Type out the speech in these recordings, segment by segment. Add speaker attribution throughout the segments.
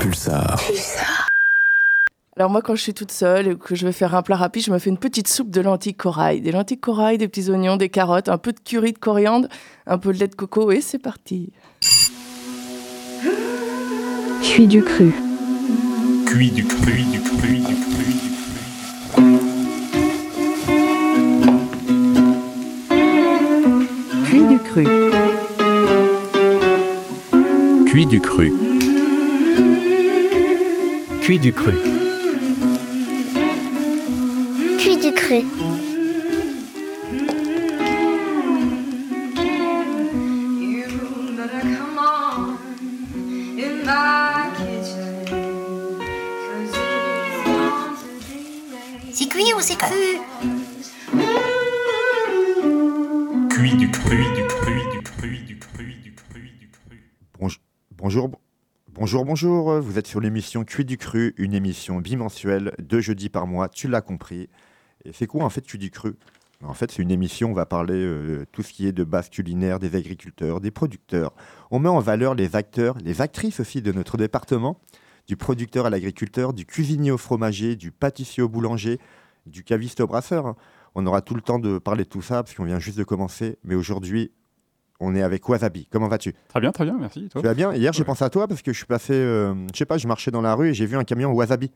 Speaker 1: Pulsar.
Speaker 2: Alors moi, quand je suis toute seule et que je vais faire un plat rapide, je me fais une petite soupe de lentilles corail. Des lentilles corail, des petits oignons, des carottes, un peu de curry de coriandre, un peu de lait de coco et c'est parti.
Speaker 3: Cuit du cru.
Speaker 1: Cuit du cru, du cru, du cru.
Speaker 3: Cuit du cru.
Speaker 1: Cuit du cru.
Speaker 4: Cuit du cru.
Speaker 5: Cuit du cru.
Speaker 6: You better come on in my kitchen. Cause it's gone to dreaming.
Speaker 5: C'est cuit ou c'est cru
Speaker 1: Cuit du cru, du cru, du cru, du cru, du cru, du cru.
Speaker 7: Bonj- bonjour, bon- bonjour, bonjour. euh, Vous êtes sur l'émission Cuit du cru, une émission bimensuelle, deux jeudis par mois. Tu l'as compris. Et c'est quoi en fait Cuit du cru En fait, c'est une émission. où On va parler euh, tout ce qui est de base culinaire, des agriculteurs, des producteurs. On met en valeur les acteurs, les actrices aussi de notre département, du producteur à l'agriculteur, du cuisinier au fromager, du pâtissier au boulanger, du caviste au brasseur. hein. On aura tout le temps de parler de tout ça parce qu'on vient juste de commencer. Mais aujourd'hui, on est avec Wasabi. Comment vas-tu
Speaker 8: Très bien, très bien, merci. et Toi
Speaker 7: Tu vas bien Hier, j'ai
Speaker 8: Oh. Ouais.
Speaker 7: pensé à toi parce que je suis passé, euh, je sais pas, je marchais dans la rue et j'ai vu un camion Wasabi.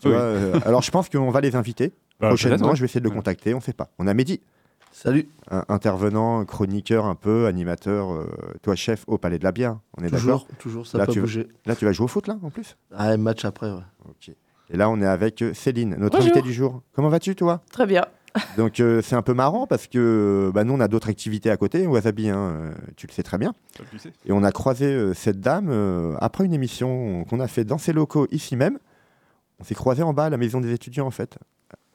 Speaker 7: Tu
Speaker 8: Oui.
Speaker 7: vois, euh, alors, je pense qu'on va les inviter
Speaker 8: Bah,
Speaker 7: prochainement.
Speaker 8: peut-être, ouais.
Speaker 7: Je vais essayer de le
Speaker 8: Ouais.
Speaker 7: contacter. On sait pas. On a Mehdi,
Speaker 4: Salut.
Speaker 7: un intervenant, chroniqueur un peu, animateur, euh, toi chef au Palais de la Bière. On est d'accord
Speaker 4: Toujours, toujours, ça
Speaker 7: Là,
Speaker 4: n'a pas
Speaker 7: tu veux-
Speaker 4: bougé.
Speaker 7: Là, tu vas jouer au foot là en plus.
Speaker 4: Ah, match après, ouais.
Speaker 7: Et là, on est avec euh, Céline, notre
Speaker 2: Bonjour.
Speaker 7: invitée du jour. Comment vas-tu, toi
Speaker 2: Très bien.
Speaker 7: Donc, euh, c'est un peu marrant parce que bah, nous, on a d'autres activités à côté. Wasabi, hein, euh, tu le sais très bien.
Speaker 8: Toi, tu sais.
Speaker 7: Et on a croisé euh, cette dame euh, après une émission qu'on a fait dans ses locaux ici même. On s'est croisé en bas à la maison des étudiants en fait.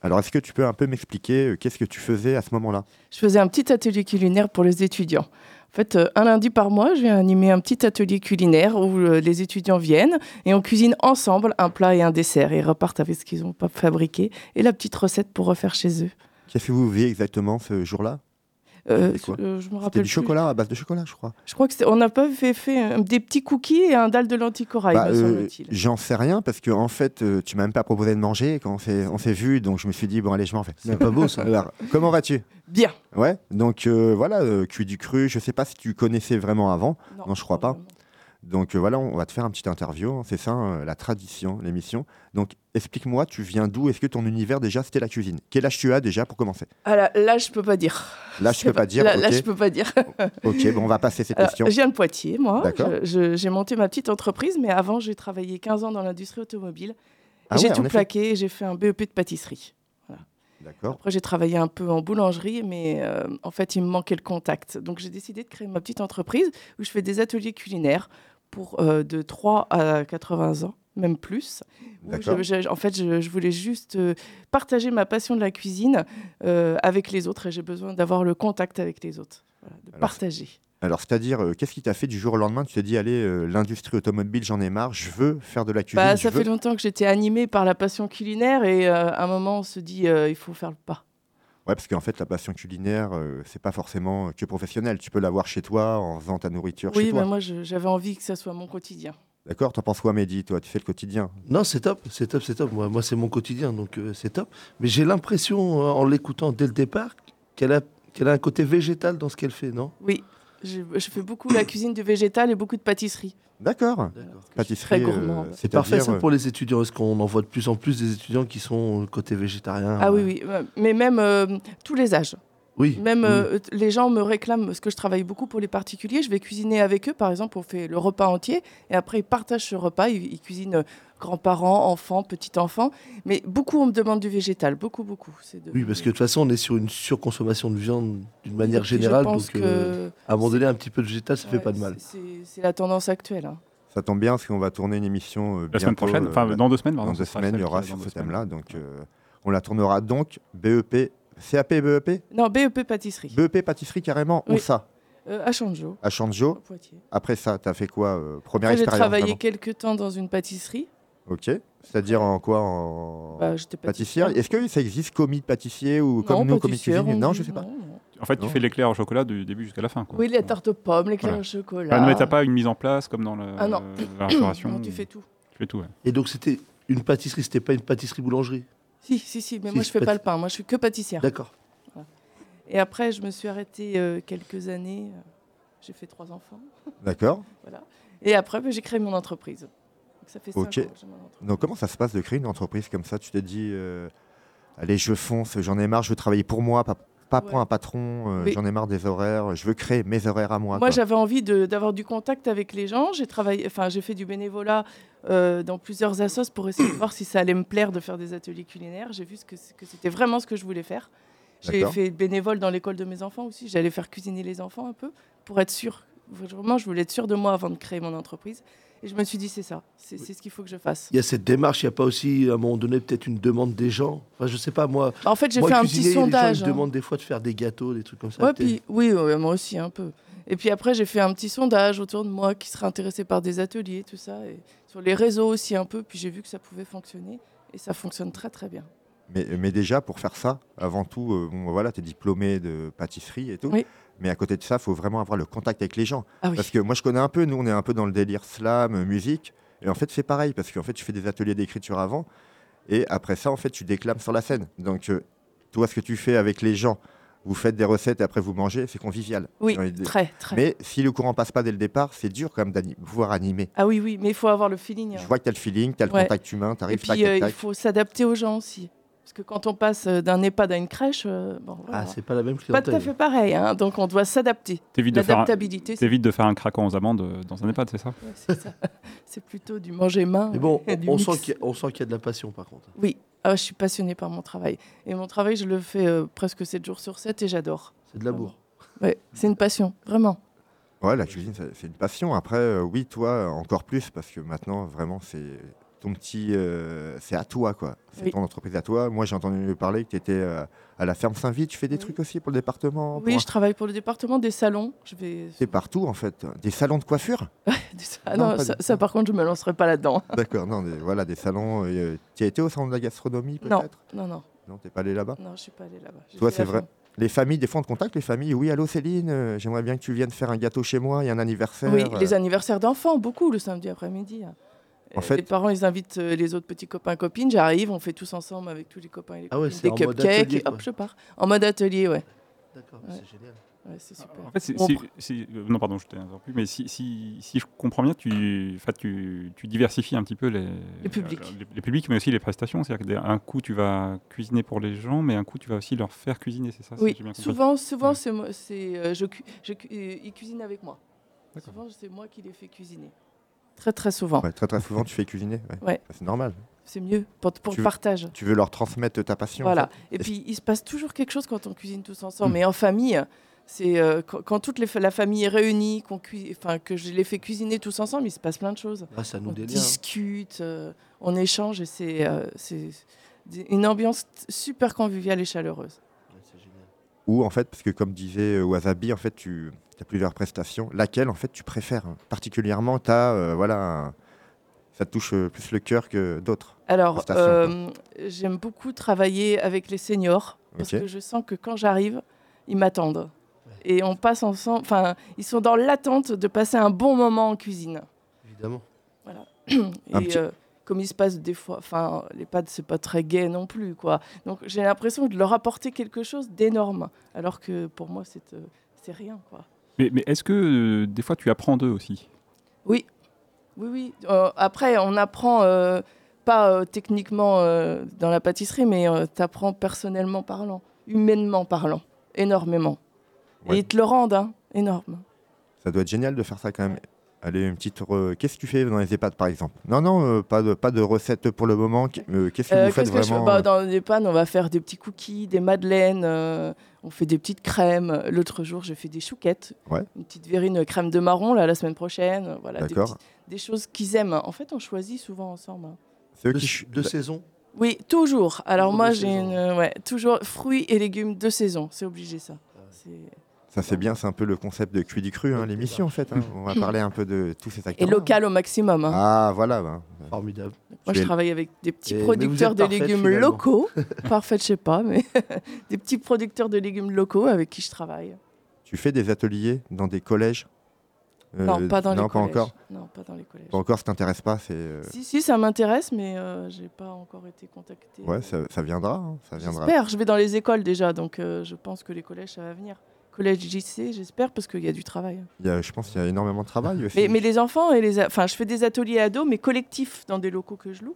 Speaker 7: Alors est-ce que tu peux un peu m'expliquer euh, qu'est-ce que tu faisais à ce moment-là
Speaker 2: Je faisais un petit atelier culinaire pour les étudiants. En fait, euh, un lundi par mois, j'ai animé un petit atelier culinaire où euh, les étudiants viennent et on cuisine ensemble un plat et un dessert. Ils repartent avec ce qu'ils n'ont pas fabriqué et la petite recette pour refaire chez eux.
Speaker 7: Qu'est-ce que vous faisiez exactement ce jour-là
Speaker 2: Euh,
Speaker 7: C'était quoi
Speaker 2: euh, je me
Speaker 7: C'était
Speaker 2: rappelle
Speaker 7: du
Speaker 2: plus.
Speaker 7: chocolat à base de chocolat, je crois.
Speaker 2: Je crois que c'est- on n'a pas fait, fait euh, des petits cookies et un dalle de lentilles corail,
Speaker 7: Bah,
Speaker 2: me
Speaker 7: euh,
Speaker 2: semble-t-il.
Speaker 7: J'en sais rien parce que en fait euh, tu m'as même pas proposé de manger quand on s'est on s'est vu donc je me suis dit bon allez je m'en vais.
Speaker 4: C'est pas beau, ça.
Speaker 7: Alors comment vas-tu
Speaker 2: Bien.
Speaker 7: Ouais donc euh, voilà euh, cuit du cru. Je sais pas si tu connaissais vraiment avant. Non, je crois pas.
Speaker 2: vraiment.
Speaker 7: Donc euh, voilà, on va te faire un petit interview, hein. c'est ça euh, la tradition, l'émission. Donc explique-moi, tu viens d'où Est-ce que ton univers déjà c'était la cuisine Quel âge tu as déjà pour commencer
Speaker 2: Ah là, là, je peux pas dire.
Speaker 7: Là je peux pas dire,
Speaker 2: Là,
Speaker 7: ok,
Speaker 2: là, je peux pas dire.
Speaker 7: ok, bon, on va passer cette
Speaker 2: Alors,
Speaker 7: question.
Speaker 2: je viens de Poitiers, moi.
Speaker 7: D'accord.
Speaker 2: Je- je- J'ai monté ma petite entreprise, mais avant, j'ai travaillé 15 ans dans l'industrie automobile.
Speaker 7: Ah
Speaker 2: j'ai
Speaker 7: ouais, en
Speaker 2: tout
Speaker 7: effet.
Speaker 2: plaqué et j'ai fait un BEP de pâtisserie.
Speaker 7: D'accord,
Speaker 2: Après, j'ai travaillé un peu en boulangerie, mais euh, en fait, il me manquait le contact. Donc, j'ai décidé de créer ma petite entreprise où je fais des ateliers culinaires pour euh, de 3 à 80 ans, même plus. Où
Speaker 7: D'accord.
Speaker 2: je- je- en fait, je, je voulais juste euh, partager ma passion de la cuisine euh, avec les autres et j'ai besoin d'avoir le contact avec les autres. Voilà, de
Speaker 7: Alors,
Speaker 2: partager.
Speaker 7: Alors c'est-à-dire, euh, qu'est-ce qui t'a fait du jour au lendemain Tu t'es dit, allez, euh, l'industrie automobile, j'en ai marre, je veux faire de la cuisine.
Speaker 2: Bah,
Speaker 7: je
Speaker 2: ça
Speaker 7: veux-
Speaker 2: fait longtemps que j'étais animée par la passion culinaire et euh, à un moment on se dit euh, il faut faire le pas.
Speaker 7: Ouais, parce qu'en fait, la passion culinaire, euh, c'est pas forcément que professionnel. Tu peux l'avoir chez toi en faisant ta nourriture
Speaker 2: oui,
Speaker 7: chez
Speaker 2: mais
Speaker 7: toi.
Speaker 2: moi je- j'avais envie que ça soit mon quotidien.
Speaker 7: D'accord, t'en penses quoi, Mehdi Toi, tu fais le quotidien.
Speaker 4: Non, c'est top, c'est top, c'est top. Moi, moi c'est mon quotidien, donc euh, c'est top. Mais j'ai l'impression, euh, en l'écoutant dès le départ, qu'elle a, qu'elle a un côté végétal dans ce qu'elle fait, non
Speaker 2: Oui, je, je fais beaucoup la cuisine du végétal et beaucoup de pâtisserie.
Speaker 7: D'accord. Pâtisserie, euh,
Speaker 2: très gourmande.
Speaker 4: C'est parfait ça
Speaker 7: c'est-à-dire,
Speaker 4: pour les étudiants. Est-ce qu'on en voit de plus en plus des étudiants qui sont euh, côté végétarien
Speaker 2: Ah oui,
Speaker 4: euh,
Speaker 2: oui, mais même euh, tous les âges.
Speaker 4: oui.
Speaker 2: Même
Speaker 4: oui.
Speaker 2: euh, t- les gens me réclament, parce que je travaille beaucoup pour les particuliers, je vais cuisiner avec eux, par exemple, on fait le repas entier, et après ils partagent ce repas, ils, ils cuisinent euh, grands-parents, enfants, petits-enfants, mais beaucoup on me demande du végétal, beaucoup, beaucoup. C'est de-
Speaker 4: Oui, parce que de toute façon, on est sur une surconsommation de viande d'une
Speaker 2: Et
Speaker 4: manière
Speaker 2: puis, je
Speaker 4: générale.
Speaker 2: pense
Speaker 4: Donc, euh,
Speaker 2: que-
Speaker 4: à un moment donné, un petit peu de végétal, ça fait
Speaker 2: Ouais,
Speaker 4: pas de mal.
Speaker 2: c'est- C'est c'est la tendance actuelle. hein.
Speaker 7: euh, Ça tombe bien parce qu'on va tourner une émission euh,
Speaker 8: La
Speaker 7: bientôt,
Speaker 8: semaine prochaine,
Speaker 7: euh,
Speaker 8: enfin
Speaker 7: dans,
Speaker 8: dans deux semaines, pardon.
Speaker 7: deux
Speaker 8: ce sera
Speaker 7: semaines, il y
Speaker 8: celle
Speaker 7: aura
Speaker 8: qui est
Speaker 7: sur
Speaker 8: dans
Speaker 7: ce
Speaker 8: deux
Speaker 7: thème-là. Donc, euh, on la tournera donc E BEP, CAP et BEP
Speaker 2: Non, BEP pâtisserie.
Speaker 4: E
Speaker 7: BEP E pâtisserie carrément, ou
Speaker 2: Oui.
Speaker 7: ça
Speaker 2: Euh, à Changeau,
Speaker 7: À
Speaker 2: à
Speaker 7: Changeau.
Speaker 2: Poitiers.
Speaker 7: Après ça, t'as fait quoi euh, Première
Speaker 2: Après, J'ai
Speaker 7: expérience
Speaker 2: travaillé
Speaker 7: vraiment.
Speaker 2: quelques temps dans une pâtisserie.
Speaker 7: Ok. C'est-à-dire en quoi En
Speaker 2: Bah, J'étais
Speaker 7: pâtissière
Speaker 2: pâtissière.
Speaker 7: Est-ce que ça existe commis de pâtissier ou comme
Speaker 2: Non,
Speaker 7: nous, commis de
Speaker 2: pâtissière,
Speaker 7: cuisine
Speaker 2: on
Speaker 7: Non,
Speaker 2: dit
Speaker 7: je sais pas.
Speaker 2: non, non.
Speaker 8: semaines. En fait, tu
Speaker 7: Non.
Speaker 8: fais l'éclair au chocolat du début jusqu'à la fin. Quoi.
Speaker 2: Oui, la tarte aux pommes, l'éclair
Speaker 8: Voilà. Bah,
Speaker 2: au chocolat.
Speaker 8: Ah, non, mais t'as pas une mise en place comme dans la,
Speaker 2: Ah, non.
Speaker 8: la restauration.
Speaker 2: Non, tu
Speaker 8: où
Speaker 2: fais tout.
Speaker 8: tu Tu fais tout. ouais.
Speaker 4: Et donc, c'était une pâtisserie, c'était pas une pâtisserie-boulangerie.
Speaker 2: Si, si, si, mais
Speaker 4: Si,
Speaker 2: moi
Speaker 4: je
Speaker 2: je fais
Speaker 4: pâtis-
Speaker 2: pas le pain, moi je suis que pâtissière.
Speaker 4: D'accord.
Speaker 2: Et après, je me suis arrêtée euh, quelques années, euh, j'ai fait trois enfants.
Speaker 7: D'accord.
Speaker 2: Et après, bah, j'ai créé mon entreprise. Donc, ça fait cinq
Speaker 7: Ok.
Speaker 2: ans que j'ai mon entreprise.
Speaker 7: Donc comment ça se passe de créer une entreprise comme ça Tu t'es dit, euh, allez, je fonce, j'en ai marre, je veux travailler pour moi, pas, pas pour
Speaker 2: Ouais.
Speaker 7: un patron, euh,
Speaker 2: Mais-
Speaker 7: j'en ai marre des horaires, je veux créer mes horaires à moi.
Speaker 2: Moi,
Speaker 7: quoi.
Speaker 2: j'avais envie de- d'avoir du contact avec les gens. J'ai travaillé, enfin, j'ai fait du bénévolat euh, dans plusieurs assos pour essayer de voir si ça allait me plaire de faire des ateliers culinaires. J'ai vu ce que c- que c'était vraiment ce que je voulais faire. J'ai
Speaker 7: D'accord.
Speaker 2: fait bénévole dans l'école de mes enfants aussi. J'allais faire cuisiner les enfants un peu pour être sûre. Vraiment, je voulais être sûre de moi avant de créer mon entreprise. Et je me suis dit, c'est ça, c'est c'est ce qu'il faut que je fasse.
Speaker 4: Il y a cette démarche, il n'y a pas aussi, à un moment donné, peut-être une demande des gens. Enfin, je sais pas, moi,
Speaker 2: Bah, en fait, j'ai
Speaker 4: moi,
Speaker 2: fait un
Speaker 4: cuisiner,
Speaker 2: petit sondage.
Speaker 4: Les gens,
Speaker 2: hein.
Speaker 4: ils me demandent des fois de faire des gâteaux, des trucs comme ça.
Speaker 2: Ouais,
Speaker 4: peut-être.
Speaker 2: puis, oui, ouais, moi aussi, un peu. Et puis après, j'ai fait un petit sondage autour de moi qui serait intéressé par des ateliers, tout ça, et sur les réseaux aussi un peu, puis j'ai vu que ça pouvait fonctionner, et ça fonctionne très très bien.
Speaker 7: Mais, mais déjà, pour faire ça, avant tout, euh, bon, voilà, tu es diplômé de pâtisserie et tout.
Speaker 2: Oui.
Speaker 7: Mais à côté de ça, il faut vraiment avoir le contact avec les gens.
Speaker 2: Ah oui,
Speaker 7: Parce que moi, je connais un peu, nous, on est un peu dans le délire slam, euh, musique. Et en fait, c'est pareil, parce qu'en fait, tu fais des ateliers d'écriture avant. Et après ça, en fait, tu déclames sur la scène. Donc, euh, toi, ce que tu fais avec les gens, vous faites des recettes et après vous mangez, c'est convivial.
Speaker 2: oui,
Speaker 7: J'ai envie de-
Speaker 2: très très.
Speaker 7: Mais si le courant passe pas dès le départ, c'est dur quand même de pouvoir animer.
Speaker 2: Ah oui, oui, mais il faut avoir le feeling. hein.
Speaker 7: Je vois que tu as le feeling, tu as le
Speaker 2: Ouais.
Speaker 7: contact humain, tu
Speaker 2: Et
Speaker 7: arrives, tac,
Speaker 2: puis, euh,
Speaker 7: tac,
Speaker 2: il
Speaker 7: tac.
Speaker 2: faut s'adapter aux gens aussi. Parce que quand on passe euh, d'un EHPAD à une crèche, euh, bon, voilà.
Speaker 4: Ah, c'est pas la même
Speaker 2: pas
Speaker 4: clientèle.
Speaker 2: tout à fait pareil, hein, donc on doit s'adapter.
Speaker 8: T'évites de, faire un-
Speaker 2: L'adaptabilité, c'est-
Speaker 8: t'évites de faire un craquant aux amandes euh, dans un EHPAD, c'est ça
Speaker 2: ouais, c'est ça. C'est plutôt du manger main.
Speaker 4: Mais bon,
Speaker 2: et du
Speaker 4: on,
Speaker 2: mix.
Speaker 4: sent qu'il y a- on sent qu'il y a de la passion, par contre.
Speaker 2: Oui, ah, je suis passionnée par mon travail. Et mon travail, je le fais euh, presque 7 jours sur 7 et j'adore.
Speaker 4: C'est de la bourre.
Speaker 2: Ouais, c'est une passion, vraiment.
Speaker 7: Ouais, la cuisine, c'est c'est une passion. Après, euh, oui, toi, euh, encore plus, parce que maintenant, vraiment, c'est ton petit. euh, c'est à toi, quoi. C'est
Speaker 2: Oui.
Speaker 7: ton entreprise à toi. Moi, j'ai entendu parler que tu étais à la ferme Saint-Vite. Tu fais des
Speaker 2: Oui.
Speaker 7: trucs aussi pour le département.
Speaker 2: Oui,
Speaker 7: pour-
Speaker 2: je travaille pour le département des salons. Je vais.
Speaker 7: C'est partout, en fait. Des salons de coiffure
Speaker 2: Ah
Speaker 7: Non,
Speaker 2: non,
Speaker 7: pas
Speaker 2: ça,
Speaker 7: du-
Speaker 2: ça, par contre, je me lancerai pas là-dedans.
Speaker 7: D'accord, non, des- voilà, des salons. euh, tu as été au salon de la gastronomie,
Speaker 2: Non.
Speaker 7: peut-être
Speaker 2: Non, non,
Speaker 7: Non, t'es pas allé là-bas
Speaker 2: non, je suis pas allée là-bas. J'ai
Speaker 7: Toi,
Speaker 2: fait
Speaker 7: c'est
Speaker 2: la
Speaker 7: vrai.
Speaker 2: fin.
Speaker 7: Les familles, des fois, on te contacte, les familles. Oui, allô, Céline, euh, j'aimerais bien que tu viennes faire un gâteau chez moi. Il y a un anniversaire.
Speaker 2: Oui,
Speaker 7: euh,
Speaker 2: les anniversaires d'enfants, beaucoup le samedi après-midi. hein.
Speaker 7: En
Speaker 2: Euh,
Speaker 7: fait-
Speaker 2: les parents, ils invitent euh, les autres petits copains copines. J'arrive, on fait tous ensemble avec tous les copains et les
Speaker 4: Ah ouais,
Speaker 2: copines
Speaker 4: c'est
Speaker 2: des
Speaker 4: en mode
Speaker 2: cupcakes
Speaker 4: atelier,
Speaker 2: et hop,
Speaker 4: quoi.
Speaker 2: je pars. En mode atelier, ouais.
Speaker 4: D'accord,
Speaker 2: Ouais.
Speaker 4: c'est génial.
Speaker 2: Ouais, c'est super.
Speaker 8: Ah, En fait, c'est-
Speaker 2: On
Speaker 8: c'est-
Speaker 2: pr-
Speaker 8: c'est- euh, non, pardon, je t'ai interrompu, mais si, si, si je comprends bien, tu, enfin, tu, tu diversifies un petit peu les,
Speaker 2: Les publics.
Speaker 8: euh, les, les publics, mais aussi les prestations. C'est-à-dire qu'un coup, tu vas cuisiner pour les gens, mais un coup, tu vas aussi leur faire cuisiner, c'est ça si
Speaker 2: Oui,
Speaker 8: j'ai bien compris
Speaker 2: souvent, souvent
Speaker 8: Ouais.
Speaker 2: c'est moi- c'est euh, je, cu- je cu- euh, ils cuisinent avec moi.
Speaker 8: D'accord.
Speaker 2: Souvent, c'est moi qui les fais cuisiner. Très très souvent.
Speaker 7: ouais, très, très souvent, tu fais cuisiner. ouais.
Speaker 2: Ouais.
Speaker 7: C'est normal.
Speaker 2: C'est mieux pour, pour
Speaker 7: Tu
Speaker 2: le
Speaker 7: veux-
Speaker 2: partage.
Speaker 7: Tu veux leur transmettre ta passion. en
Speaker 2: Voilà. Et
Speaker 7: fait. Est-ce-
Speaker 2: puis il se passe toujours quelque chose quand on cuisine tous ensemble. Et en famille, c'est euh, quand, quand toute les fa- la famille est réunie, qu'on cui- enfin que je les fais cuisiner tous ensemble, il se passe plein de choses.
Speaker 4: Ah, ça
Speaker 2: On
Speaker 4: nous délire.
Speaker 2: discute, euh, on échange et c'est euh, c'est d- une ambiance t- super conviviale et chaleureuse.
Speaker 4: Ouais, c'est génial.
Speaker 7: Ou en fait, parce que comme disait euh, Wasabi, en fait, tu as plusieurs prestations. Laquelle, en fait, tu préfères hein particulièrement Tu voilà, un- ça te touche euh, plus le cœur que d'autres.
Speaker 2: Alors,
Speaker 7: Prestation, quoi.
Speaker 2: euh, j'aime beaucoup travailler avec les seniors parce
Speaker 7: Ok.
Speaker 2: que je sens que quand j'arrive, ils m'attendent. Et on passe ensemble, enfin, ils sont dans l'attente de passer un bon moment en cuisine.
Speaker 4: Évidemment.
Speaker 2: Et
Speaker 7: Un petit-
Speaker 2: euh, comme il se passe des fois, enfin, les pâtes, c'est pas très gai non plus, quoi. Donc j'ai l'impression de leur apporter quelque chose d'énorme, alors que pour moi, c'est euh, c'est rien, quoi.
Speaker 8: Mais, mais est-ce que euh, des fois, tu apprends d'eux aussi
Speaker 2: Oui, oui. Euh, après, on apprend euh, pas euh, techniquement euh, dans la pâtisserie, mais euh, t'apprends personnellement parlant, humainement parlant, énormément.
Speaker 7: Ouais.
Speaker 2: Et ils te le rendent, hein, énorme.
Speaker 7: Ça doit être génial de faire ça quand même. Allez, une petite. re- Qu'est-ce que tu fais dans les EHPAD, par exemple Non, non, euh, pas, de, pas de recette pour le moment. Qu- euh, Qu'est-ce que
Speaker 2: Euh,
Speaker 7: vous faites
Speaker 2: qu'est-ce que je fais
Speaker 7: vraiment
Speaker 2: Bah,
Speaker 7: euh,
Speaker 2: Dans les pannes, on va faire des petits cookies, des madeleines, euh, on fait des petites crèmes. L'autre jour, j'ai fait des chouquettes,
Speaker 7: Ouais.
Speaker 2: une petite verrine crème de marron là, la semaine prochaine. euh, Voilà, des,
Speaker 7: D'accord.
Speaker 2: petites- des choses qu'ils aiment. En fait, on choisit souvent ensemble. hein.
Speaker 7: C'est eux
Speaker 4: De,
Speaker 7: qui ch-
Speaker 4: de saison.
Speaker 2: Oui, toujours. Alors
Speaker 4: Toujours
Speaker 2: moi,
Speaker 4: de
Speaker 2: j'ai
Speaker 4: saison.
Speaker 2: une, euh, ouais, toujours fruits et légumes de saison. C'est obligé ça. C'est-
Speaker 7: Ça, c'est bien, c'est un peu le concept de Cuit du Cru, hein, l'émission, en fait. hein. On va parler un peu de tous ces
Speaker 2: Et
Speaker 7: acteurs.
Speaker 2: local au maximum. hein.
Speaker 7: Ah, voilà. bah.
Speaker 4: Formidable.
Speaker 2: moi,
Speaker 7: tu
Speaker 2: je
Speaker 7: es-
Speaker 2: travaille avec des petits
Speaker 4: Et- mais vous êtes
Speaker 2: producteurs de
Speaker 4: parfaite,
Speaker 2: légumes
Speaker 4: finalement.
Speaker 2: locaux. Parfaite, je sais pas, mais des petits producteurs de légumes locaux avec qui je travaille.
Speaker 7: Tu fais des ateliers dans des collèges
Speaker 2: non,
Speaker 7: Euh,
Speaker 2: pas dans
Speaker 7: non,
Speaker 2: les collèges.
Speaker 7: encore.
Speaker 2: Non, pas dans les collèges.
Speaker 7: Pas encore, ça t'intéresse pas. C'est euh,
Speaker 2: Si, si, ça m'intéresse, mais euh, j'ai pas encore été contactée.
Speaker 7: ouais, ça, ça viendra, hein, ça viendra.
Speaker 2: J'espère, je vais dans les écoles déjà, donc euh, je pense que les collèges, ça va venir. Collège, lycée, j'espère, parce qu'il y a du travail.
Speaker 7: Il y a- je pense qu'il y a énormément de travail aussi.
Speaker 2: Mais, mais les enfants et les. a- Enfin, je fais des ateliers ados, mais collectifs dans des locaux que je loue.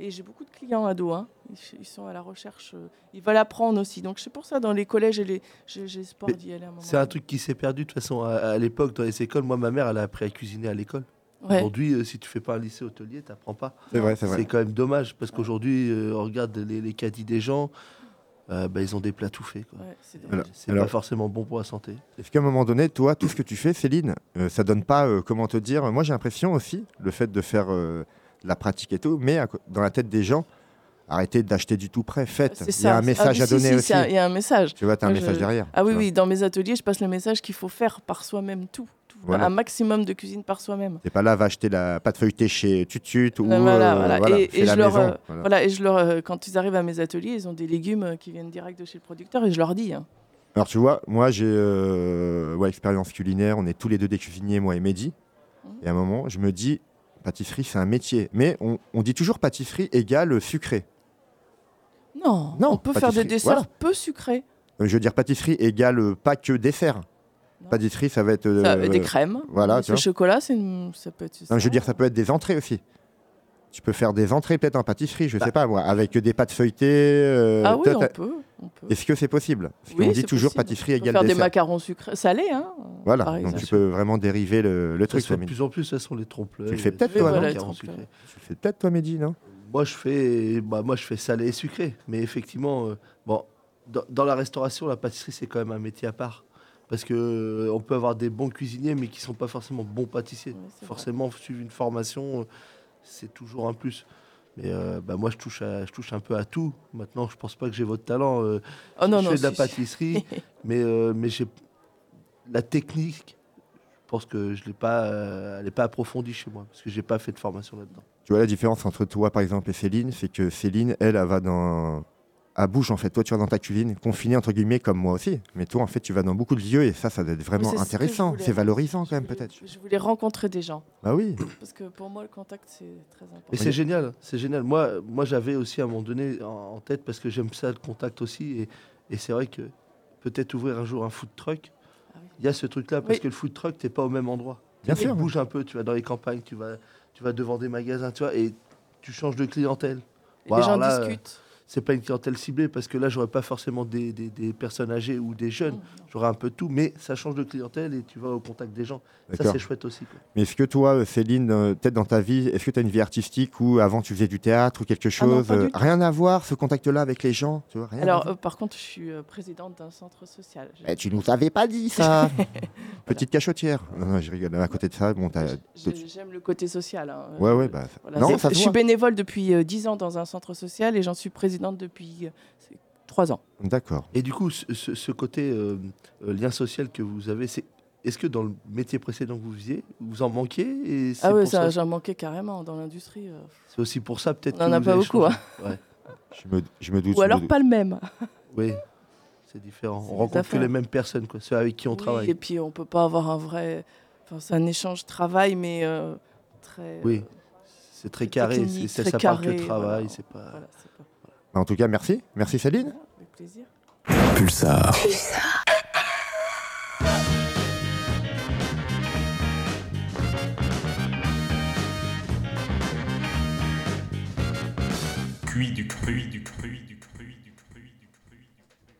Speaker 2: Et j'ai beaucoup de clients ados. hein. Ils, ils sont à la recherche. euh, Ils veulent apprendre aussi. Donc, c'est pour ça, dans les collèges, et les- j'ai j'ai espoir
Speaker 4: Mais
Speaker 2: d'y aller un moment.
Speaker 4: C'est un truc qui s'est perdu de toute façon à, à l'époque dans les écoles. Moi, ma mère, elle a appris à cuisiner à l'école.
Speaker 2: Ouais.
Speaker 4: Aujourd'hui, euh, si tu fais pas un lycée hôtelier, t'apprends pas.
Speaker 7: C'est vrai, c'est
Speaker 4: C'est
Speaker 7: vrai.
Speaker 4: quand même dommage parce qu'aujourd'hui, euh, on regarde les, les caddies des gens, euh, bah, ils ont des plats tout faits. quoi.
Speaker 2: Ouais, c'est dommage.
Speaker 7: Alors-
Speaker 4: C'est pas forcément bon pour la santé.
Speaker 7: Est-ce qu'à un moment donné, toi, tout ce que tu fais, Céline, euh, ça donne pas, euh, comment te dire, moi j'ai l'impression aussi, le fait de faire euh, de la pratique et tout, mais à co- dans la tête des gens, arrêtez d'acheter du tout prêt, faites.
Speaker 2: C'est
Speaker 7: Il y
Speaker 2: ça.
Speaker 7: a un message
Speaker 2: Ah oui,
Speaker 7: à
Speaker 2: si,
Speaker 7: donner
Speaker 2: si,
Speaker 7: aussi.
Speaker 2: c'est un- Il y a un message.
Speaker 7: Tu vois, t'as un
Speaker 2: Moi, je-
Speaker 7: message derrière.
Speaker 2: Ah oui,
Speaker 7: tu vois.
Speaker 2: oui, dans mes ateliers, je passe le message qu'il faut faire par soi-même tout. tout.
Speaker 7: Voilà.
Speaker 2: Un maximum de cuisine par soi-même.
Speaker 7: T'es pas là, va acheter la pâte feuilletée chez Tutut ou
Speaker 2: Là, voilà,
Speaker 7: euh,
Speaker 2: voilà. Et-
Speaker 7: fais
Speaker 2: et
Speaker 7: la
Speaker 2: je leur,
Speaker 7: maison.
Speaker 2: euh,
Speaker 7: Voilà.
Speaker 2: Voilà, et je leur, euh, quand ils arrivent à mes ateliers, ils ont des légumes euh, qui viennent direct de chez le producteur et je leur dis. hein.
Speaker 7: Alors tu vois, moi j'ai euh, ouais, expérience culinaire, on est tous les deux des cuisiniers, moi et Mehdi.
Speaker 2: Mhm.
Speaker 7: Et à un moment, je me dis, pâtisserie c'est un métier. Mais on, on dit toujours pâtisserie égale sucré.
Speaker 2: Non,
Speaker 7: Non,
Speaker 2: on peut faire des
Speaker 7: pâtisserie,
Speaker 2: desserts
Speaker 7: voilà.
Speaker 2: peu sucrés.
Speaker 7: Euh, Je veux dire pâtisserie égale euh, pas que dessert.
Speaker 2: Non.
Speaker 7: Pâtisserie ça va être...
Speaker 2: Ça,
Speaker 7: euh,
Speaker 2: des crèmes.
Speaker 7: voilà,
Speaker 2: Mais
Speaker 7: tu
Speaker 2: Le
Speaker 7: vois.
Speaker 2: chocolat, c'est une- ça peut être.
Speaker 7: non, je veux dire ça peut être des entrées aussi. Tu peux faire des entrées peut-être en pâtisserie, je sais pas moi, avec des pâtes feuilletées. euh,
Speaker 2: Bah. ah oui,
Speaker 7: tata-
Speaker 2: on peut. On peut.
Speaker 7: Est-ce que c'est possible Parce
Speaker 2: Oui,
Speaker 7: qu'on dit
Speaker 2: c'est
Speaker 7: toujours
Speaker 2: possible.
Speaker 7: pâtisserie
Speaker 2: On peut
Speaker 7: égale
Speaker 2: faire des
Speaker 7: dessert.
Speaker 2: macarons sucrés, salés, hein.
Speaker 7: Voilà,
Speaker 2: par
Speaker 7: donc tu
Speaker 2: exemple.
Speaker 7: peux vraiment dériver le, le
Speaker 4: Ça
Speaker 7: truc.
Speaker 4: se fait de
Speaker 7: Mehdi.
Speaker 4: plus en plus, ça sont les euh, trompe
Speaker 7: Tu le fais peut-être, toi,
Speaker 2: non
Speaker 7: Tu le fais peut-être toi Mehdi, non
Speaker 4: Moi, je fais, bah, moi, je fais salé et sucré. Mais effectivement, euh, bon, dans, dans la restauration, la pâtisserie, c'est quand même un métier à part. Parce que euh, on peut avoir des bons cuisiniers, mais qui sont pas forcément bons pâtissiers.
Speaker 2: Ouais, c'est vrai.
Speaker 4: forcément, suivre une formation, euh, c'est toujours un plus. Mais euh, bah, moi, je touche, à- je touche un peu à tout. Maintenant, je pense pas que j'ai votre talent. euh,
Speaker 2: Oh non,
Speaker 4: je
Speaker 2: non.
Speaker 4: fais de la
Speaker 2: si, si.
Speaker 4: pâtisserie, mais, euh, mais j'ai la technique. Je pense que je l'ai pas, euh, elle n'est pas approfondie chez moi parce que j'ai pas fait de formation là-dedans.
Speaker 7: Tu vois la différence entre toi, par exemple, et Céline, c'est que Céline, elle, elle va dans. à bouche, en fait. Toi, tu vas dans ta cuisine, confinée, entre guillemets, comme moi aussi. Mais toi, en fait, tu vas dans beaucoup de lieux et ça, ça doit être vraiment
Speaker 2: Oui, c'est ce que je
Speaker 7: intéressant.
Speaker 2: voulais.
Speaker 7: C'est valorisant, quand
Speaker 2: Je
Speaker 7: même,
Speaker 2: voulais-
Speaker 7: peut-être.
Speaker 2: Je voulais rencontrer des gens
Speaker 7: Bah oui.
Speaker 2: parce que pour moi, le contact, c'est très important.
Speaker 4: Et c'est génial, c'est génial. Moi, moi j'avais aussi à un moment donné en, en tête parce que j'aime ça le contact aussi et, et c'est vrai que peut-être ouvrir un jour un food truck.
Speaker 2: Ah oui.
Speaker 4: Il y a ce truc-là parce
Speaker 2: Oui.
Speaker 4: que le food truck, t'es pas au même endroit.
Speaker 7: Bien
Speaker 4: tu
Speaker 7: sûr.
Speaker 4: bouges un peu, tu vas dans les campagnes, tu vas, tu vas devant des magasins, tu vois, et tu changes de clientèle.
Speaker 2: Et
Speaker 4: Bon,
Speaker 2: les
Speaker 4: alors
Speaker 2: gens
Speaker 4: là,
Speaker 2: discutent.
Speaker 4: C'est pas une clientèle ciblée parce que là, j'aurais pas forcément des, des- des personnes âgées ou des
Speaker 2: Mmh.
Speaker 4: jeunes. J'aurais un peu de tout, mais ça change de clientèle et tu vas au contact des gens. Ça,
Speaker 7: D'accord.
Speaker 4: c'est chouette aussi. quoi.
Speaker 7: Mais est-ce que toi, euh, Céline, euh, peut-être dans ta vie, est-ce que tu as une vie artistique ou avant tu faisais du théâtre ou quelque
Speaker 2: Ah non,
Speaker 7: chose
Speaker 2: pas du
Speaker 7: euh,
Speaker 2: tout.
Speaker 7: Rien à voir, ce contact-là avec les gens. Tu vois, rien à
Speaker 2: Alors,
Speaker 7: voir.
Speaker 2: euh, par contre, je suis euh, présidente d'un centre social. J'ai-
Speaker 7: Eh, tu nous avais pas dit ça Petite cachotière. Non, non, je rigole. À côté de ça, bon, t'as.
Speaker 2: j'ai- J'aime le côté social. hein.
Speaker 7: Ouais, ouais, bah. ça-
Speaker 2: Euh, Voilà,
Speaker 7: non,
Speaker 2: c'est-
Speaker 7: ça se
Speaker 2: je suis
Speaker 7: voit.
Speaker 2: bénévole depuis euh, 10 ans dans un centre social et j'en suis présidente depuis 3 ans.
Speaker 7: D'accord.
Speaker 4: Et du coup, ce, ce- ce côté euh, euh, lien social que vous avez, c'est est-ce que dans le métier précédent que vous faisiez, vous en manquiez et c'est
Speaker 2: Ah ouais,
Speaker 4: pour
Speaker 2: ça,
Speaker 4: ça-
Speaker 2: j'en manquais carrément dans l'industrie. euh.
Speaker 4: C'est aussi pour ça peut-être.
Speaker 2: On en
Speaker 4: que
Speaker 2: a
Speaker 4: vous
Speaker 2: pas
Speaker 4: avez
Speaker 2: beaucoup, hein.
Speaker 4: changé.
Speaker 7: Je me, je me doute.
Speaker 2: Ou
Speaker 7: je me
Speaker 2: alors
Speaker 7: doute.
Speaker 2: pas le même.
Speaker 4: Oui, c'est différent.
Speaker 2: C'est
Speaker 4: On
Speaker 2: des
Speaker 4: rencontre que
Speaker 2: affaires.
Speaker 4: les mêmes personnes, quoi, ceux avec qui on
Speaker 2: Oui,
Speaker 4: travaille.
Speaker 2: Et puis on peut pas avoir un vrai. Enfin, c'est un échange travail, mais euh, très.
Speaker 4: Oui,
Speaker 2: euh,
Speaker 4: c'est très
Speaker 2: c'est
Speaker 4: carré.
Speaker 2: technique,
Speaker 4: c'est- c'est-
Speaker 2: très
Speaker 4: ça parle que
Speaker 2: carré,
Speaker 4: travail.
Speaker 2: voilà.
Speaker 4: C'est pas.
Speaker 2: voilà, c'est pas-
Speaker 7: En tout cas, merci. Merci Céline.
Speaker 2: voilà, avec plaisir.
Speaker 9: Pulsar.
Speaker 1: Cuit du cru, du cru, du cru, du cru, du cru, du cru.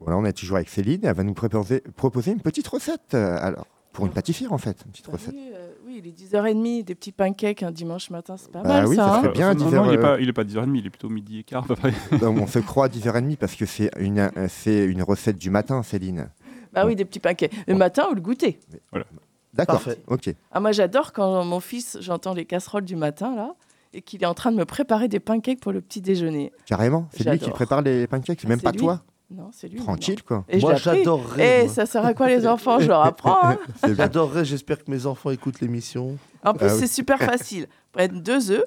Speaker 7: Voilà, on est toujours avec Céline. Elle va nous proposer, proposer une petite recette. euh, alors, pour une pâtissière en fait, une petite
Speaker 2: Bah
Speaker 7: recette.
Speaker 2: oui, euh, oui, il est 10h30, des petits pancakes un dimanche matin, c'est pas
Speaker 7: Bah
Speaker 2: mal
Speaker 7: oui, ça
Speaker 8: Ah.
Speaker 2: ça. hein.
Speaker 7: serait- bien,
Speaker 8: non,
Speaker 7: 10 heures,
Speaker 8: non, il est
Speaker 7: euh,
Speaker 8: pas, il est pas 10h30, il est plutôt midi et quart à peu près.
Speaker 7: Donc, on se croit à 10h30 parce que c'est une, euh, c'est une recette du matin, Céline.
Speaker 2: Bah oui, des petits pancakes. Le matin ou le goûter.
Speaker 7: D'accord.
Speaker 4: Parfait.
Speaker 7: Ok.
Speaker 2: Ah, moi j'adore quand mon fils, j'entends les casseroles du matin là, et qu'il est en train de me préparer des pancakes pour le petit déjeuner.
Speaker 7: Carrément. C'est lui qui
Speaker 2: J'adore.
Speaker 7: prépare les pancakes,
Speaker 2: Ah,
Speaker 7: même
Speaker 2: c'est
Speaker 7: pas
Speaker 2: lui.
Speaker 7: toi.
Speaker 2: Non, c'est lui.
Speaker 7: Tranquille quoi.
Speaker 2: non. Et
Speaker 4: Moi,
Speaker 2: je l'apprends.
Speaker 4: j'adorerais.
Speaker 2: Eh,
Speaker 4: moi.
Speaker 2: ça sert à quoi les enfants Je leur apprends. hein.
Speaker 7: C'est bien.
Speaker 4: J'adorerais. J'espère que mes enfants écoutent l'émission.
Speaker 2: En plus,
Speaker 7: Ah oui.
Speaker 2: c'est super facile. Prennent deux œufs,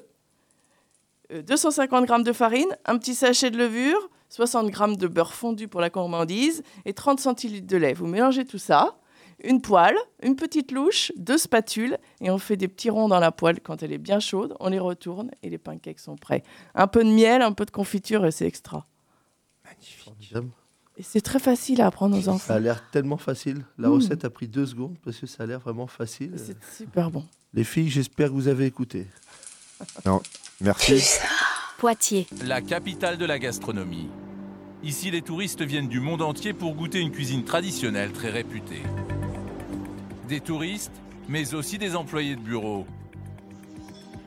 Speaker 2: euh, 250 grammes de farine, un petit sachet de levure, 60 grammes de beurre fondu pour la gourmandise et 30 centilitres de lait. Vous mélangez tout ça. une poêle, une petite louche, deux spatules, et on fait des petits ronds dans la poêle quand elle est bien chaude. On les retourne et les pancakes sont prêts. Un peu de miel, un peu de confiture, et c'est extra.
Speaker 4: Formidable.
Speaker 2: Et c'est très facile à apprendre aux
Speaker 4: Ça
Speaker 2: enfants.
Speaker 4: a l'air tellement facile. La
Speaker 2: Mm.
Speaker 4: recette a pris deux secondes parce que ça a l'air vraiment facile.
Speaker 2: C'est super bon.
Speaker 4: Les filles, j'espère que vous avez écouté.
Speaker 7: Merci.
Speaker 9: Poitiers,
Speaker 10: La capitale de la gastronomie. Ici, les touristes viennent du monde entier pour goûter une cuisine traditionnelle très réputée. Des touristes, mais aussi des employés de bureau.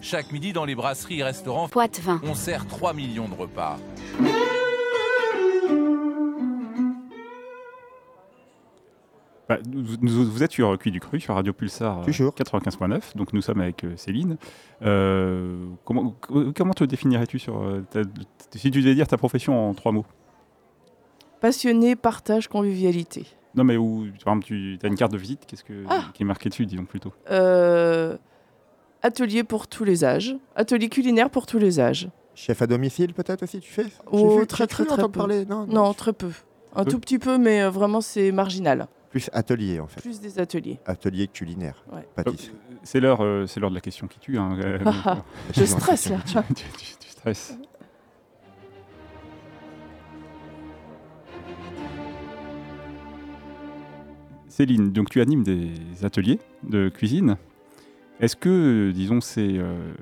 Speaker 10: Chaque midi, dans les brasseries et restaurants,
Speaker 9: Poitevin,
Speaker 10: on sert 3 millions de repas.
Speaker 8: Bah, nous- nous- vous êtes sur Cuit du Cru, sur Radio Pulsar euh,
Speaker 7: Toujours.
Speaker 8: 95.9, donc nous sommes avec euh, Céline. Euh, comment, co- comment te définirais-tu sur euh, ta- t- si tu devais dire ta profession en trois mots
Speaker 2: Passionné, partage, convivialité.
Speaker 8: Non, mais où, par exemple, tu as une carte de visite qu'est-ce que,
Speaker 2: Ah.
Speaker 8: qui est marquée dessus, disons plutôt.
Speaker 2: Euh, atelier pour tous les âges. Atelier culinaire pour tous les âges.
Speaker 7: Chef à domicile, peut-être aussi, tu fais
Speaker 2: Oh,
Speaker 7: J'ai vu-
Speaker 2: très,
Speaker 7: j'ai
Speaker 2: très,
Speaker 7: cru
Speaker 2: très
Speaker 7: entendre
Speaker 2: peu.
Speaker 7: parler. Non, non.
Speaker 2: Non, très peu. Un
Speaker 8: Peu.
Speaker 2: tout petit peu, mais euh, vraiment, c'est marginal.
Speaker 7: Plus atelier, en fait.
Speaker 2: Plus des ateliers.
Speaker 7: Atelier culinaire.
Speaker 2: Ouais.
Speaker 7: Pâtisserie.
Speaker 8: Euh, C'est l'heure, euh, c'est l'heure de la question qui tue. hein, euh, donc, euh,
Speaker 2: Je stresse là.
Speaker 8: tu, tu- tu stresses. Céline, donc tu animes des ateliers de cuisine. Est-ce que, euh, disons, c'est, euh,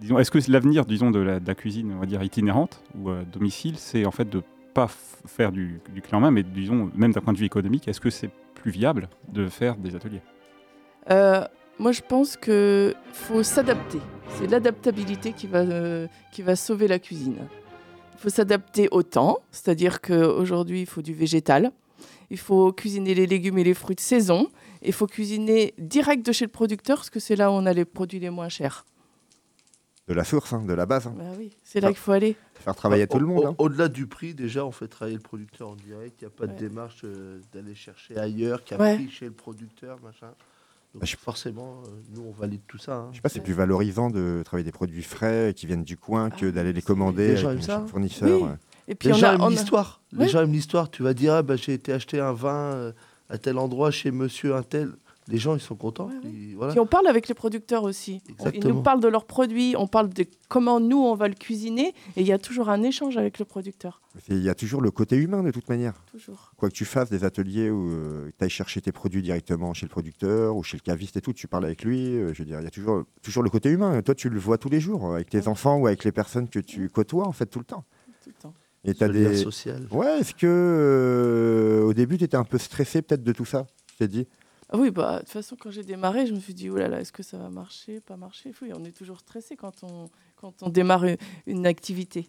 Speaker 8: disons, est-ce que l'avenir, disons, de la, de la cuisine, on va dire itinérante ou à domicile, c'est en fait de pas f- faire du, du clé en main, mais disons, même d'un point de vue économique, est-ce que c'est plus viable de faire des ateliers
Speaker 2: Euh, moi, je pense que faut s'adapter. C'est l'adaptabilité qui va, euh, qui va sauver la cuisine. Il faut s'adapter au temps, c'est-à-dire qu'aujourd'hui, il faut du végétal. Il faut cuisiner les légumes et les fruits de saison. Il faut cuisiner direct de chez le producteur, parce que c'est là où on a les produits les moins chers.
Speaker 7: De la source, hein, de la base. hein.
Speaker 2: Bah oui, c'est là qu'il faut aller.
Speaker 7: Faire travailler tout le monde.
Speaker 4: Au-
Speaker 7: hein.
Speaker 4: au- Au-delà du prix, déjà, on fait travailler le producteur en direct. Il n'y a pas
Speaker 2: Ouais.
Speaker 4: de démarche euh, d'aller chercher ailleurs, qui a
Speaker 2: Ouais.
Speaker 4: pris chez le producteur, machin. Donc,
Speaker 7: Bah, je-
Speaker 4: forcément, euh, nous, on valide tout ça. hein.
Speaker 7: Je sais pas, c'est plus valorisant de travailler des produits frais et qui viennent du coin
Speaker 2: Ah,
Speaker 7: que d'aller les commander
Speaker 4: Les gens
Speaker 7: avec
Speaker 4: aiment
Speaker 7: un
Speaker 4: ça.
Speaker 7: fournisseur.
Speaker 2: Oui.
Speaker 7: euh.
Speaker 2: Et puis
Speaker 4: Les
Speaker 2: on
Speaker 4: gens
Speaker 2: a,
Speaker 4: aiment
Speaker 2: on a-
Speaker 4: l'histoire.
Speaker 2: Ouais.
Speaker 4: Les gens aiment l'histoire. Tu vas dire, ah, bah, j'ai été acheter un vin euh, à tel endroit chez monsieur un tel. Les gens, ils sont contents.
Speaker 2: Ouais, ouais.
Speaker 4: Ils-
Speaker 7: hein.
Speaker 4: voilà.
Speaker 2: Puis on parle avec les producteurs aussi. Ils
Speaker 4: Exactement.
Speaker 2: nous parlent de leurs produits, on parle de comment nous on va le cuisiner, et il y a toujours un échange avec le producteur.
Speaker 7: C'est- Il y a toujours le côté humain de toute manière.
Speaker 2: Toujours.
Speaker 7: Quoi que tu fasses des ateliers où tu ailles chercher tes produits directement chez le producteur ou chez le caviste et tout, tu parles avec lui. euh, je veux dire, il y a toujours, toujours le côté humain. Toi, tu le vois tous les jours euh, avec tes
Speaker 2: Ouais.
Speaker 7: enfants ou avec les personnes que tu côtoies en fait tout le temps.
Speaker 2: Tout le temps.
Speaker 7: Et t'as
Speaker 4: Le lien
Speaker 7: des.
Speaker 4: social.
Speaker 7: Ouais, est-ce que euh, au début, tu étais un peu stressé peut-être de tout ça Tu t'es dit,
Speaker 2: Ah oui, bah, de toute façon, quand j'ai démarré, je me suis dit, oh là là, est-ce que ça va marcher, pas marcher Oui, on est toujours stressé quand on, quand on démarre une, une activité.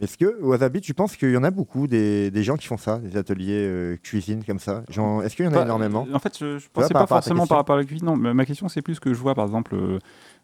Speaker 7: Est-ce que, Wasabi, tu penses qu'il y en a beaucoup des, des gens qui font ça, des ateliers euh, cuisine comme ça Genre, Est-ce qu'il y en a
Speaker 8: Pas- euh,
Speaker 7: énormément
Speaker 8: En fait, je, je
Speaker 7: Toi,
Speaker 8: pensais
Speaker 7: par
Speaker 8: pas
Speaker 7: rapport à ta
Speaker 8: forcément
Speaker 7: question.
Speaker 8: par rapport à la cuisine. Non, mais ma question, c'est plus que je vois, par exemple, euh,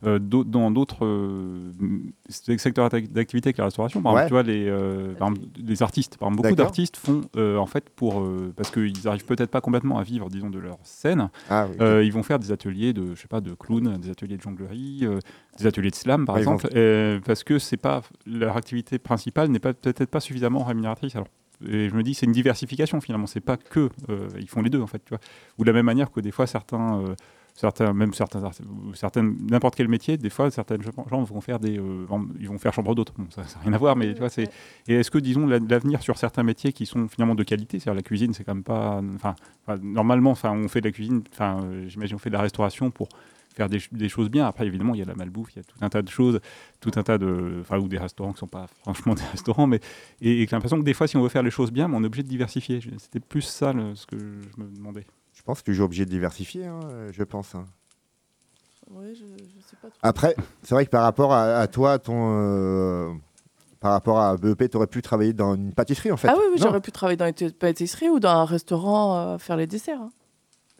Speaker 8: euh, d'autres- dans d'autres euh, m- secteurs d'ac- d'activité que la restauration. Par
Speaker 7: Ouais.
Speaker 8: exemple, tu vois, les, euh, par exemple, les artistes. Par exemple, beaucoup
Speaker 7: D'accord.
Speaker 8: d'artistes font, euh, en fait, pour, euh, parce qu'ils arrivent peut-être pas complètement à vivre, disons, de leur scène.
Speaker 7: Ah oui.
Speaker 8: Euh, ils vont faire des ateliers de, je sais pas, de clown, des ateliers de jonglerie, euh, des ateliers de slam, par
Speaker 7: Ouais, ils
Speaker 8: exemple, euh, parce que c'est pas leur activité principale n'est pas peut-être pas suffisamment rémunératrice. Alors, et je me dis, c'est une diversification finalement. C'est pas que euh, ils font les deux en fait, tu vois. Ou de la même manière que des fois certains. euh, Certains, même certains, art- ou certaines, n'importe quel métier, des fois, certaines gens vont faire des, euh, ils vont faire chambre d'hôte. Bon, ça n'a rien à voir, mais tu vois, c'est. Et est-ce que, disons, la- l'avenir sur certains métiers qui sont finalement de qualité, c'est-à-dire la cuisine, c'est quand même pas, enfin, Enfin, normalement, enfin, on fait de la cuisine, enfin, euh, j'imagine on fait de la restauration pour faire des, ch- des choses bien. Après, évidemment, il y a de la malbouffe, il y a tout un tas de choses, tout un tas de, enfin, ou des restaurants qui sont pas franchement des restaurants, mais et, et j'ai l'impression que des fois, si on veut faire les choses bien, mais on est obligé de diversifier. Je- C'était plus ça le- ce que je me demandais.
Speaker 7: Je pense toujours obligé de diversifier, hein, euh, je pense. hein.
Speaker 2: Ouais, je, je sais pas trop.
Speaker 7: Après, c'est vrai que par rapport à, à toi, ton, euh, par rapport à BEP, tu aurais pu travailler dans une pâtisserie en fait.
Speaker 2: ah oui, oui
Speaker 7: Non.
Speaker 2: j'aurais pu travailler dans une pâtisserie ou dans un restaurant, euh, faire les desserts. hein.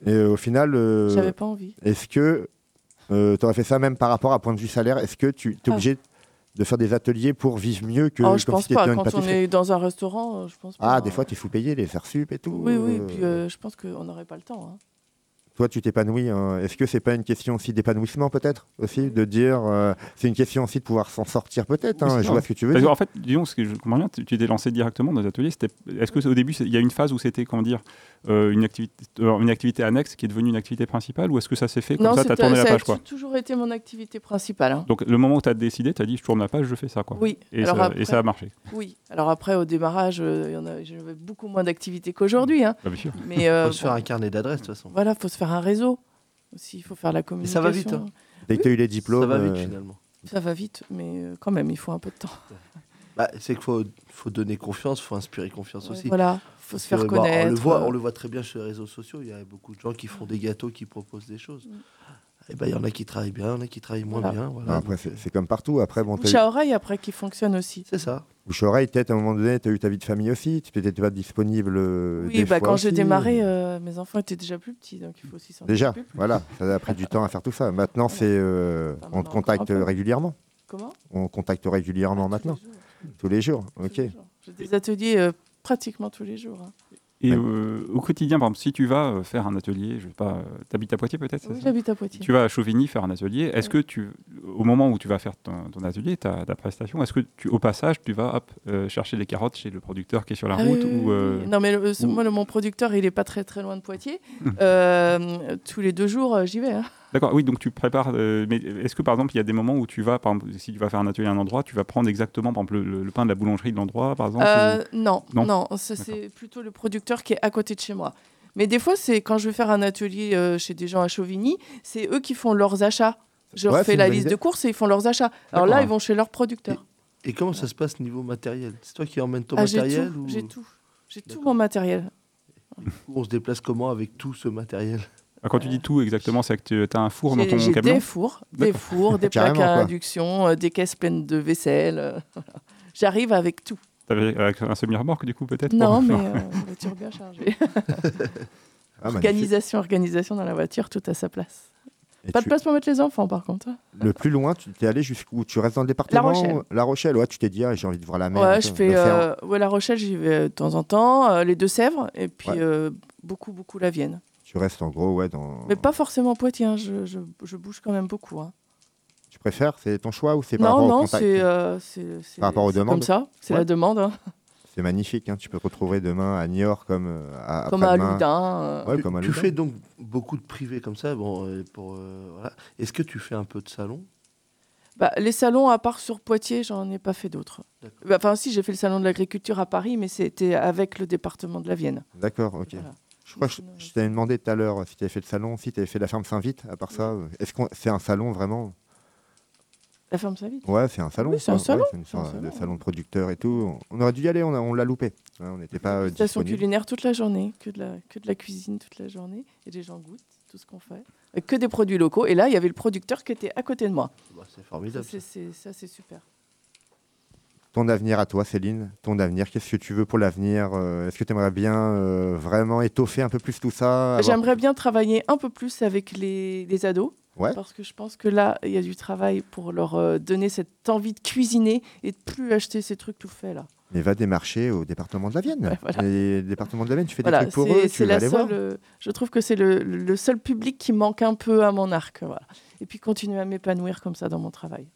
Speaker 7: Et euh, au final, euh,
Speaker 2: J'avais pas envie.
Speaker 7: est-ce que tu aurais fait ça même par rapport à point de vue salaire Est-ce que tu es
Speaker 2: Ah.
Speaker 7: obligé de faire des ateliers pour vivre mieux que
Speaker 2: Oh, je
Speaker 7: comme
Speaker 2: pense
Speaker 7: si t'étais dans
Speaker 2: pas.
Speaker 7: une
Speaker 2: Quand on
Speaker 7: pâtisserie
Speaker 2: est dans un restaurant, euh, je pense pas.
Speaker 7: Ah, des fois, tu es sous-payé, les faire sup et tout.
Speaker 2: Oui, oui,
Speaker 7: euh,
Speaker 2: puis euh, je pense qu'on n'aurait pas le temps. hein.
Speaker 7: Toi, tu t'épanouis. hein. Est-ce que c'est pas une question aussi d'épanouissement, peut-être aussi, de dire, euh, c'est une question aussi de pouvoir s'en sortir, peut-être. hein.
Speaker 8: Oui, c'est
Speaker 7: je
Speaker 8: ça.
Speaker 7: vois ce que tu veux
Speaker 8: Parce que,
Speaker 7: dire.
Speaker 8: en fait, disons, ce que je comprends bien, tu tu t'es lancé directement dans les ateliers. c'était- Est-ce que c'est- au début, c'est- il y a une phase où c'était, comment dire, euh, une, activité, euh, une activité annexe qui est devenue une activité principale, ou est-ce que ça s'est fait comme ça,
Speaker 2: c'est-
Speaker 8: t'as tourné la
Speaker 2: ça
Speaker 8: page,
Speaker 2: a
Speaker 8: quoi
Speaker 2: t- toujours été mon activité principale. hein.
Speaker 8: Donc le moment où t'as décidé, t'as dit, je tourne la page, je fais ça, quoi.
Speaker 2: Oui.
Speaker 8: Et,
Speaker 2: alors
Speaker 8: ça,
Speaker 2: après,
Speaker 8: et ça a marché.
Speaker 2: Oui. Alors après, au démarrage, euh, il y en a- j'avais beaucoup moins d'activités qu'aujourd'hui. hein.
Speaker 8: Bah, bien sûr.
Speaker 2: Mais euh,
Speaker 4: Faut se faire un carnet d'adresse de toute façon.
Speaker 2: voilà, faut se faire un réseau aussi. Il faut faire la communication.
Speaker 4: ça va vite, hein.
Speaker 7: Dès que tu as eu les diplômes,
Speaker 4: Ça va vite
Speaker 7: euh,
Speaker 4: finalement.
Speaker 2: Ça va vite, mais euh, quand même, il faut un peu de temps.
Speaker 4: Bah, c'est qu'il faut, faut donner confiance, faut inspirer confiance
Speaker 2: Ouais,
Speaker 4: aussi.
Speaker 2: Voilà, faut
Speaker 4: Parce
Speaker 2: se faire
Speaker 4: que, bah,
Speaker 2: connaître. euh.
Speaker 4: on, le voit, on le voit très bien sur les réseaux sociaux. Il y a beaucoup de gens qui font des gâteaux, qui proposent des choses. Et ben, il y en a qui travaillent bien, il y en a qui travaillent moins
Speaker 2: Mm. Voilà.
Speaker 4: bien.
Speaker 7: bah,
Speaker 4: Voilà.
Speaker 7: après, c'est c'est comme partout. Après, bon, t'as eu-
Speaker 2: Bouche à oreille après qui fonctionne aussi.
Speaker 4: C'est ça.
Speaker 7: bouche-oreille, peut-être à un moment donné, tu as eu ta vie de famille aussi. Tu n'étais pas disponible. euh,
Speaker 2: Oui,
Speaker 7: des
Speaker 2: bah,
Speaker 7: fois
Speaker 2: quand euh, j'ai
Speaker 7: aussi.
Speaker 2: démarré, euh, mes enfants étaient déjà plus petits, donc il faut aussi s'en
Speaker 7: Déjà,
Speaker 2: occuper.
Speaker 7: voilà, ça a pris du temps à faire tout ça. Maintenant, c'est euh,
Speaker 2: Enfin,
Speaker 7: on
Speaker 2: maintenant,
Speaker 7: te contacte
Speaker 2: encore un peu. Ah,
Speaker 7: régulièrement.
Speaker 2: Comment
Speaker 7: On te contacte régulièrement maintenant,
Speaker 2: Tous les jours,
Speaker 7: tous les jours.
Speaker 2: tous
Speaker 7: Ok.
Speaker 2: les jours. J'ai des ateliers euh, pratiquement tous les jours. hein.
Speaker 8: Et
Speaker 7: Ouais.
Speaker 8: euh, au quotidien, par exemple, si tu vas euh, faire un atelier, je sais pas, euh, t'habites à Poitiers peut-être, c'est
Speaker 2: Oui,
Speaker 8: ça
Speaker 2: j'habite à Poitiers.
Speaker 8: tu vas à Chauvigny faire un atelier, est-ce que tu, au moment où tu vas faire ton, ton atelier, ta, ta prestation, est-ce que tu, au passage, tu vas hop, euh, chercher des carottes chez le producteur qui est sur la
Speaker 2: Ah oui,
Speaker 8: route
Speaker 2: oui,
Speaker 8: ou,
Speaker 2: oui,
Speaker 8: euh,
Speaker 2: oui. Non, mais le- ce-
Speaker 8: ou- Hum.
Speaker 2: moi, le- mon producteur, il est pas très très loin de Poitiers. Euh, tous les deux jours, euh, j'y vais. hein.
Speaker 8: D'accord, oui, donc tu prépares. euh, mais est-ce que par exemple, il y a des moments où tu vas, par exemple, si tu vas faire un atelier à un endroit, tu vas prendre exactement, par exemple, le, le- le pain de la boulangerie de l'endroit, par exemple
Speaker 2: Euh, non,
Speaker 8: Non.
Speaker 2: non, ça, c'est plutôt le producteur qui est à côté de chez moi. Mais des fois, c'est quand je vais faire un atelier euh, chez des gens à Chauvigny, c'est eux qui font leurs achats. Je
Speaker 7: Ouais,
Speaker 2: leur
Speaker 7: c'est
Speaker 2: fais
Speaker 7: une
Speaker 2: la
Speaker 7: bonne
Speaker 2: liste
Speaker 7: idée.
Speaker 2: de courses et ils font leurs achats. Alors là,
Speaker 8: D'accord.
Speaker 2: ils vont chez leur producteur.
Speaker 4: Et comment ça se passe niveau matériel C'est toi qui emmènes ton
Speaker 2: Ah, j'ai
Speaker 4: matériel
Speaker 2: tout,
Speaker 4: ou...
Speaker 2: j'ai tout. J'ai tout
Speaker 4: D'accord.
Speaker 2: mon matériel.
Speaker 4: ou on se déplace comment avec tout ce matériel
Speaker 8: Ah, Quand tu dis tout exactement, c'est que tu as un four dans
Speaker 2: J'ai
Speaker 8: ton
Speaker 2: j'ai
Speaker 8: camion.
Speaker 2: des fours, des fours, des
Speaker 7: Carrément,
Speaker 2: plaques à
Speaker 7: quoi.
Speaker 2: induction, euh, des caisses pleines de vaisselle. euh, J'arrive avec tout.
Speaker 8: T'avais avec un semi-remorque, du coup, peut-être
Speaker 2: Non,
Speaker 8: pour-
Speaker 2: mais euh, voiture bien chargée.
Speaker 7: Ah, magnifique.
Speaker 2: organisation, organisation dans la voiture, tout à sa place.
Speaker 7: Et
Speaker 2: Pas
Speaker 7: tu-
Speaker 2: de place pour mettre les enfants, par contre. hein.
Speaker 7: Le plus loin, tu t'es allé jusqu'où Tu restes dans le département
Speaker 2: Rochelle.
Speaker 7: ou- La Rochelle, ouais, tu t'es dit, ah, j'ai envie de voir la mer.
Speaker 2: Ouais,
Speaker 7: et
Speaker 2: je
Speaker 7: tout.
Speaker 2: fais
Speaker 7: L'océan.
Speaker 2: euh, ouais, La Rochelle, j'y vais de temps en temps, euh, les Deux-Sèvres, et puis
Speaker 7: Ouais.
Speaker 2: euh, beaucoup, beaucoup la Vienne.
Speaker 7: Tu restes en gros, ouais, dans.
Speaker 2: Mais pas forcément Poitiers, hein, je, je- je bouge quand même beaucoup. hein.
Speaker 7: Tu préfères C'est ton choix ou c'est par
Speaker 2: Non,
Speaker 7: rapport au
Speaker 2: non,
Speaker 7: contact
Speaker 2: c'est euh, c'est- c'est-
Speaker 7: Par rapport aux
Speaker 2: c'est
Speaker 7: demandes
Speaker 2: comme ça, c'est
Speaker 7: Ouais.
Speaker 2: la demande, hein.
Speaker 7: C'est magnifique, hein, tu peux te retrouver demain à Niort comme euh, à,
Speaker 2: comme à
Speaker 7: après-demain.
Speaker 2: Loudun. euh.
Speaker 7: Ouais,
Speaker 4: tu,
Speaker 7: comme à
Speaker 4: tu
Speaker 7: Loudun.
Speaker 4: fais donc beaucoup de privés comme ça. Bon, euh, pour euh, voilà. Est-ce que tu fais un peu de salon
Speaker 2: Bah, les salons, à part sur Poitiers, j'en ai pas fait d'autres.
Speaker 4: D'accord.
Speaker 2: Bah, Enfin, si, j'ai fait le salon de l'agriculture à Paris, mais c'était avec le département de la Vienne.
Speaker 7: D'accord, ok.
Speaker 2: Voilà.
Speaker 7: Je crois que je,
Speaker 2: Sinon,
Speaker 7: je t'avais demandé tout à l'heure euh, si tu avais fait le salon, si tu avais fait la ferme Saint-Vite, à part ça. euh, Est-ce que c'est un salon vraiment
Speaker 2: La ferme sa vie.
Speaker 7: Ouais, c'est un salon.
Speaker 2: Oui, c'est un
Speaker 7: quoi.
Speaker 2: salon,
Speaker 7: Ouais, c'est une
Speaker 2: c'est un
Speaker 7: sorte de
Speaker 2: salon.
Speaker 7: salon de producteur et tout. On on aurait dû y aller, on, a- on l'a loupé. Ouais, on n'était pas euh,
Speaker 2: Station
Speaker 7: disponible.
Speaker 2: culinaire toute la journée, que de la, que de la cuisine toute la journée, et les gens goûtent tout ce qu'on fait, et que des produits locaux. Et là, il y avait le producteur qui était à côté de moi.
Speaker 4: Bah, C'est
Speaker 2: Ça,
Speaker 4: formidable.
Speaker 2: c'est-
Speaker 4: ça.
Speaker 2: c'est ça, c'est super.
Speaker 7: Ton avenir à toi, Céline, ton avenir, qu'est-ce que tu veux pour l'avenir Euh, Est-ce que tu aimerais bien euh, vraiment étoffer un peu plus tout ça avoir-
Speaker 2: J'aimerais bien travailler un peu plus avec les, les ados,
Speaker 7: Ouais.
Speaker 2: parce que je pense que là, il y a du travail pour leur euh, donner cette envie de cuisiner et de plus acheter ces trucs tout faits là.
Speaker 7: Mais va démarcher au département de la Vienne.
Speaker 2: Ouais, voilà.
Speaker 7: Et le département de la Vienne, tu fais
Speaker 2: Voilà,
Speaker 7: des trucs pour
Speaker 2: c'est-
Speaker 7: eux, tu
Speaker 2: c'est
Speaker 7: vas
Speaker 2: la
Speaker 7: les voir.
Speaker 2: seule, euh, Je trouve que c'est le, le seul public qui manque un peu à mon arc. voilà. Et puis continuer à m'épanouir comme ça dans mon travail.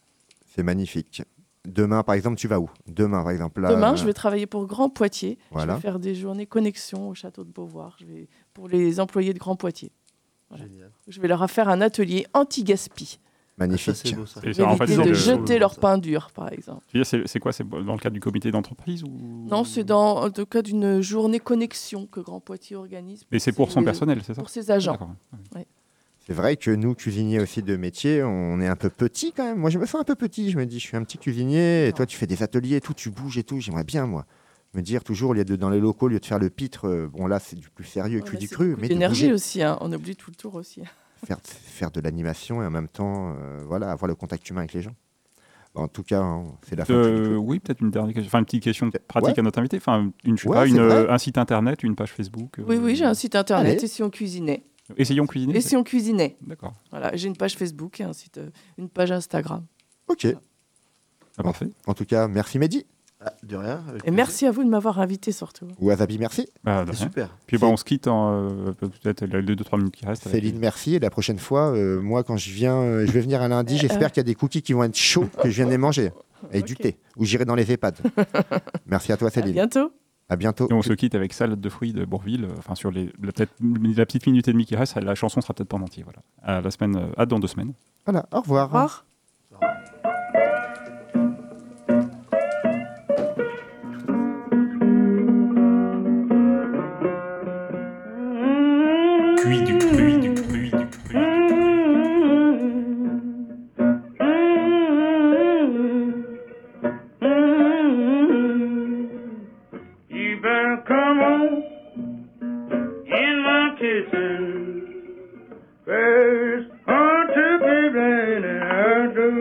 Speaker 7: C'est magnifique. Demain, par exemple, tu vas où Demain, par exemple. là,
Speaker 2: Demain,
Speaker 7: euh,
Speaker 2: je vais travailler pour Grand Poitiers.
Speaker 7: Voilà.
Speaker 2: Je vais faire des journées connexion au château de Beauvoir je vais, pour les employés de Grand Poitiers. Voilà.
Speaker 4: Génial.
Speaker 2: Je vais leur faire un atelier anti-gaspi.
Speaker 4: Ça,
Speaker 7: Magnifique.
Speaker 4: c'est beau Ah, ça.
Speaker 8: Et ça, en fait,
Speaker 2: Éviter
Speaker 8: disons
Speaker 2: de
Speaker 8: que-
Speaker 2: jeter leur
Speaker 4: Ça.
Speaker 2: peinture, par exemple.
Speaker 8: Tu veux dire, c'est- c'est quoi C'est dans le cadre du comité d'entreprise ou...
Speaker 2: Non, c'est dans le cas d'une journée connexion que Grand Poitiers organise.
Speaker 8: Mais c'est pour son
Speaker 2: ses-
Speaker 8: personnel, c'est ça
Speaker 2: Pour ses agents.
Speaker 8: D'accord.
Speaker 7: C'est vrai que nous, cuisiniers aussi de métier, on est un peu petit quand même. Moi, je me sens un peu petit. Je me dis, je suis un petit cuisinier. Et toi, tu fais des ateliers, et tout, tu bouges et tout. J'aimerais bien, moi, me dire toujours, au lieu de dans les locaux, au lieu de faire le pitre, euh, bon là, c'est du plus sérieux,
Speaker 2: Ouais,
Speaker 7: cuit
Speaker 2: mais
Speaker 7: du
Speaker 2: c'est
Speaker 7: cru,
Speaker 2: beaucoup
Speaker 7: mais de
Speaker 2: d'énergie
Speaker 7: bouger.
Speaker 2: aussi, hein. on oublie tout le tour aussi. hein.
Speaker 7: faire, faire de l'animation et en même temps, euh, voilà, avoir le contact humain avec les gens. En tout cas, hein, c'est la fin. de
Speaker 8: Euh, oui, peut-être une dernière question, enfin une petite question pratique
Speaker 7: Ouais.
Speaker 8: à notre invité. Enfin, une, je sais
Speaker 7: Ouais,
Speaker 8: pas,
Speaker 7: c'est
Speaker 8: une,
Speaker 7: vrai.
Speaker 8: euh, un site internet, une page Facebook. euh,
Speaker 2: Oui, oui, j'ai un site internet.
Speaker 7: Allez.
Speaker 2: Et si on cuisinait
Speaker 8: Essayons cuisiner.
Speaker 2: Et si on cuisinait
Speaker 8: D'accord.
Speaker 2: Voilà, j'ai une page Facebook et un site, euh, une page Instagram.
Speaker 7: Ok.
Speaker 8: Ah, parfait.
Speaker 7: En tout cas, merci Mehdi.
Speaker 4: Ah, de rien. avec
Speaker 2: Et
Speaker 4: plaisir.
Speaker 2: merci à vous de m'avoir invité surtout.
Speaker 7: Ou Azabi, merci.
Speaker 8: Bah, de
Speaker 4: C'est
Speaker 8: rien.
Speaker 4: super.
Speaker 8: Puis bah, on se quitte en euh, peut-être les 2-3 minutes qui restent. avec-
Speaker 7: Céline, merci. Et la prochaine fois, euh, moi, quand je viens, euh, je vais venir un lundi, j'espère qu'il y a des cookies qui vont être chauds, que je viens de les manger, et du
Speaker 2: Ok.
Speaker 7: thé, ou j'irai dans les EHPAD. merci à toi,
Speaker 2: À
Speaker 7: Céline.
Speaker 2: bientôt.
Speaker 7: À bientôt.
Speaker 8: Et on se quitte avec salade de fruits de Bourville. euh, Enfin, sur les, la, peut-être la petite minute et demie qui reste, la chanson sera peut-être pas en entier. Voilà. À la semaine, euh, à dans deux semaines.
Speaker 7: Voilà, au revoir.
Speaker 2: Au revoir.
Speaker 1: Cuit du cru, du cru, du cru.
Speaker 9: You better come on in my kitchen. First, I took me blind and I do.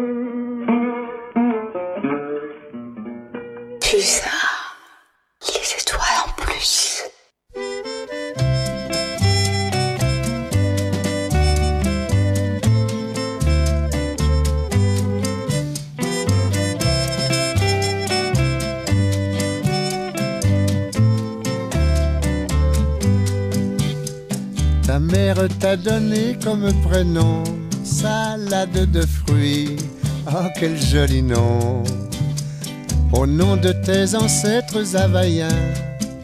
Speaker 5: Putain, les étoiles en plus.
Speaker 11: Ta mère t'a donné comme prénom salade de fruits. Oh, quel joli nom! Au nom de tes ancêtres havaïens,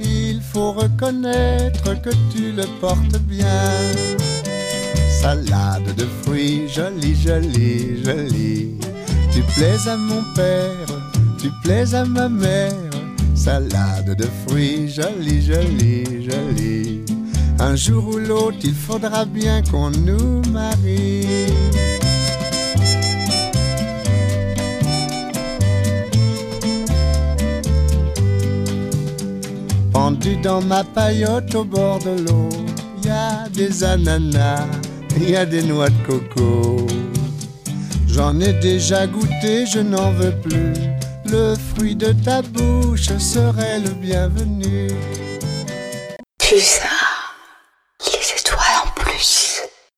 Speaker 11: il faut reconnaître que tu le portes bien. Salade de fruits, jolie, jolie, jolie. Tu plais à mon père, tu plais à ma mère. Salade de fruits, jolie, jolie, jolie. Un jour ou l'autre, il faudra bien qu'on nous marie. Pendu dans ma paillote au bord de l'eau, il y a des ananas, il y a des noix de coco. J'en ai déjà goûté, je n'en veux plus. Le fruit de ta bouche serait le bienvenu.
Speaker 5: Putain,